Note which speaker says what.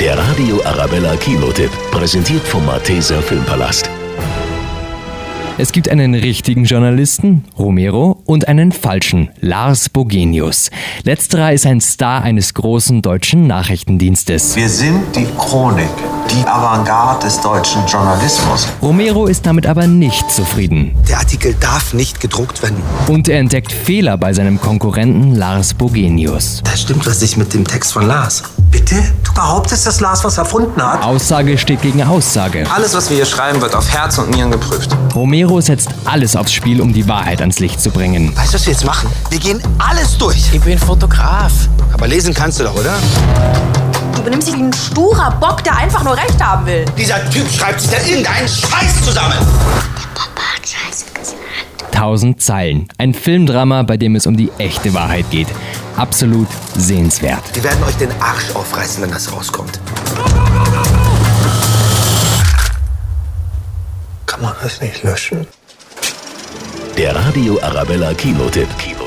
Speaker 1: Der Radio Arabella Kinotipp, präsentiert vom Malteser Filmpalast.
Speaker 2: Es gibt einen richtigen Journalisten, Romero, und einen falschen, Lars Bogenius. Letzterer ist ein Star eines großen deutschen Nachrichtendienstes.
Speaker 3: Wir sind die Chronik, die Avantgarde des deutschen Journalismus.
Speaker 2: Romero ist damit aber nicht zufrieden.
Speaker 4: Der Artikel darf nicht gedruckt werden.
Speaker 2: Und er entdeckt Fehler bei seinem Konkurrenten Lars Bogenius.
Speaker 4: Da stimmt was nicht mit dem Text von Lars. Bitte? Du behauptest, dass Lars was erfunden hat?
Speaker 2: Aussage steht gegen Aussage.
Speaker 5: Alles, was wir hier schreiben, wird auf Herz und Nieren geprüft.
Speaker 2: Romero setzt alles aufs Spiel, um die Wahrheit ans Licht zu bringen.
Speaker 4: Weißt du, was wir jetzt machen? Wir gehen alles durch.
Speaker 6: Ich bin Fotograf.
Speaker 4: Aber lesen kannst du doch, oder?
Speaker 7: Du benimmst dich wie ein sturer Bock, der einfach nur Recht haben will.
Speaker 8: Dieser Typ schreibt sich da irgendeinen Scheiß zusammen.
Speaker 9: Der Papa hat Scheiße gesagt.
Speaker 2: 1000 Zeilen. Ein Filmdrama, bei dem es um die echte Wahrheit geht. Absolut sehenswert.
Speaker 4: Wir werden euch den Arsch aufreißen, wenn das rauskommt.
Speaker 10: Kann man das nicht löschen?
Speaker 1: Der Radio Arabella Kinotipp. Kino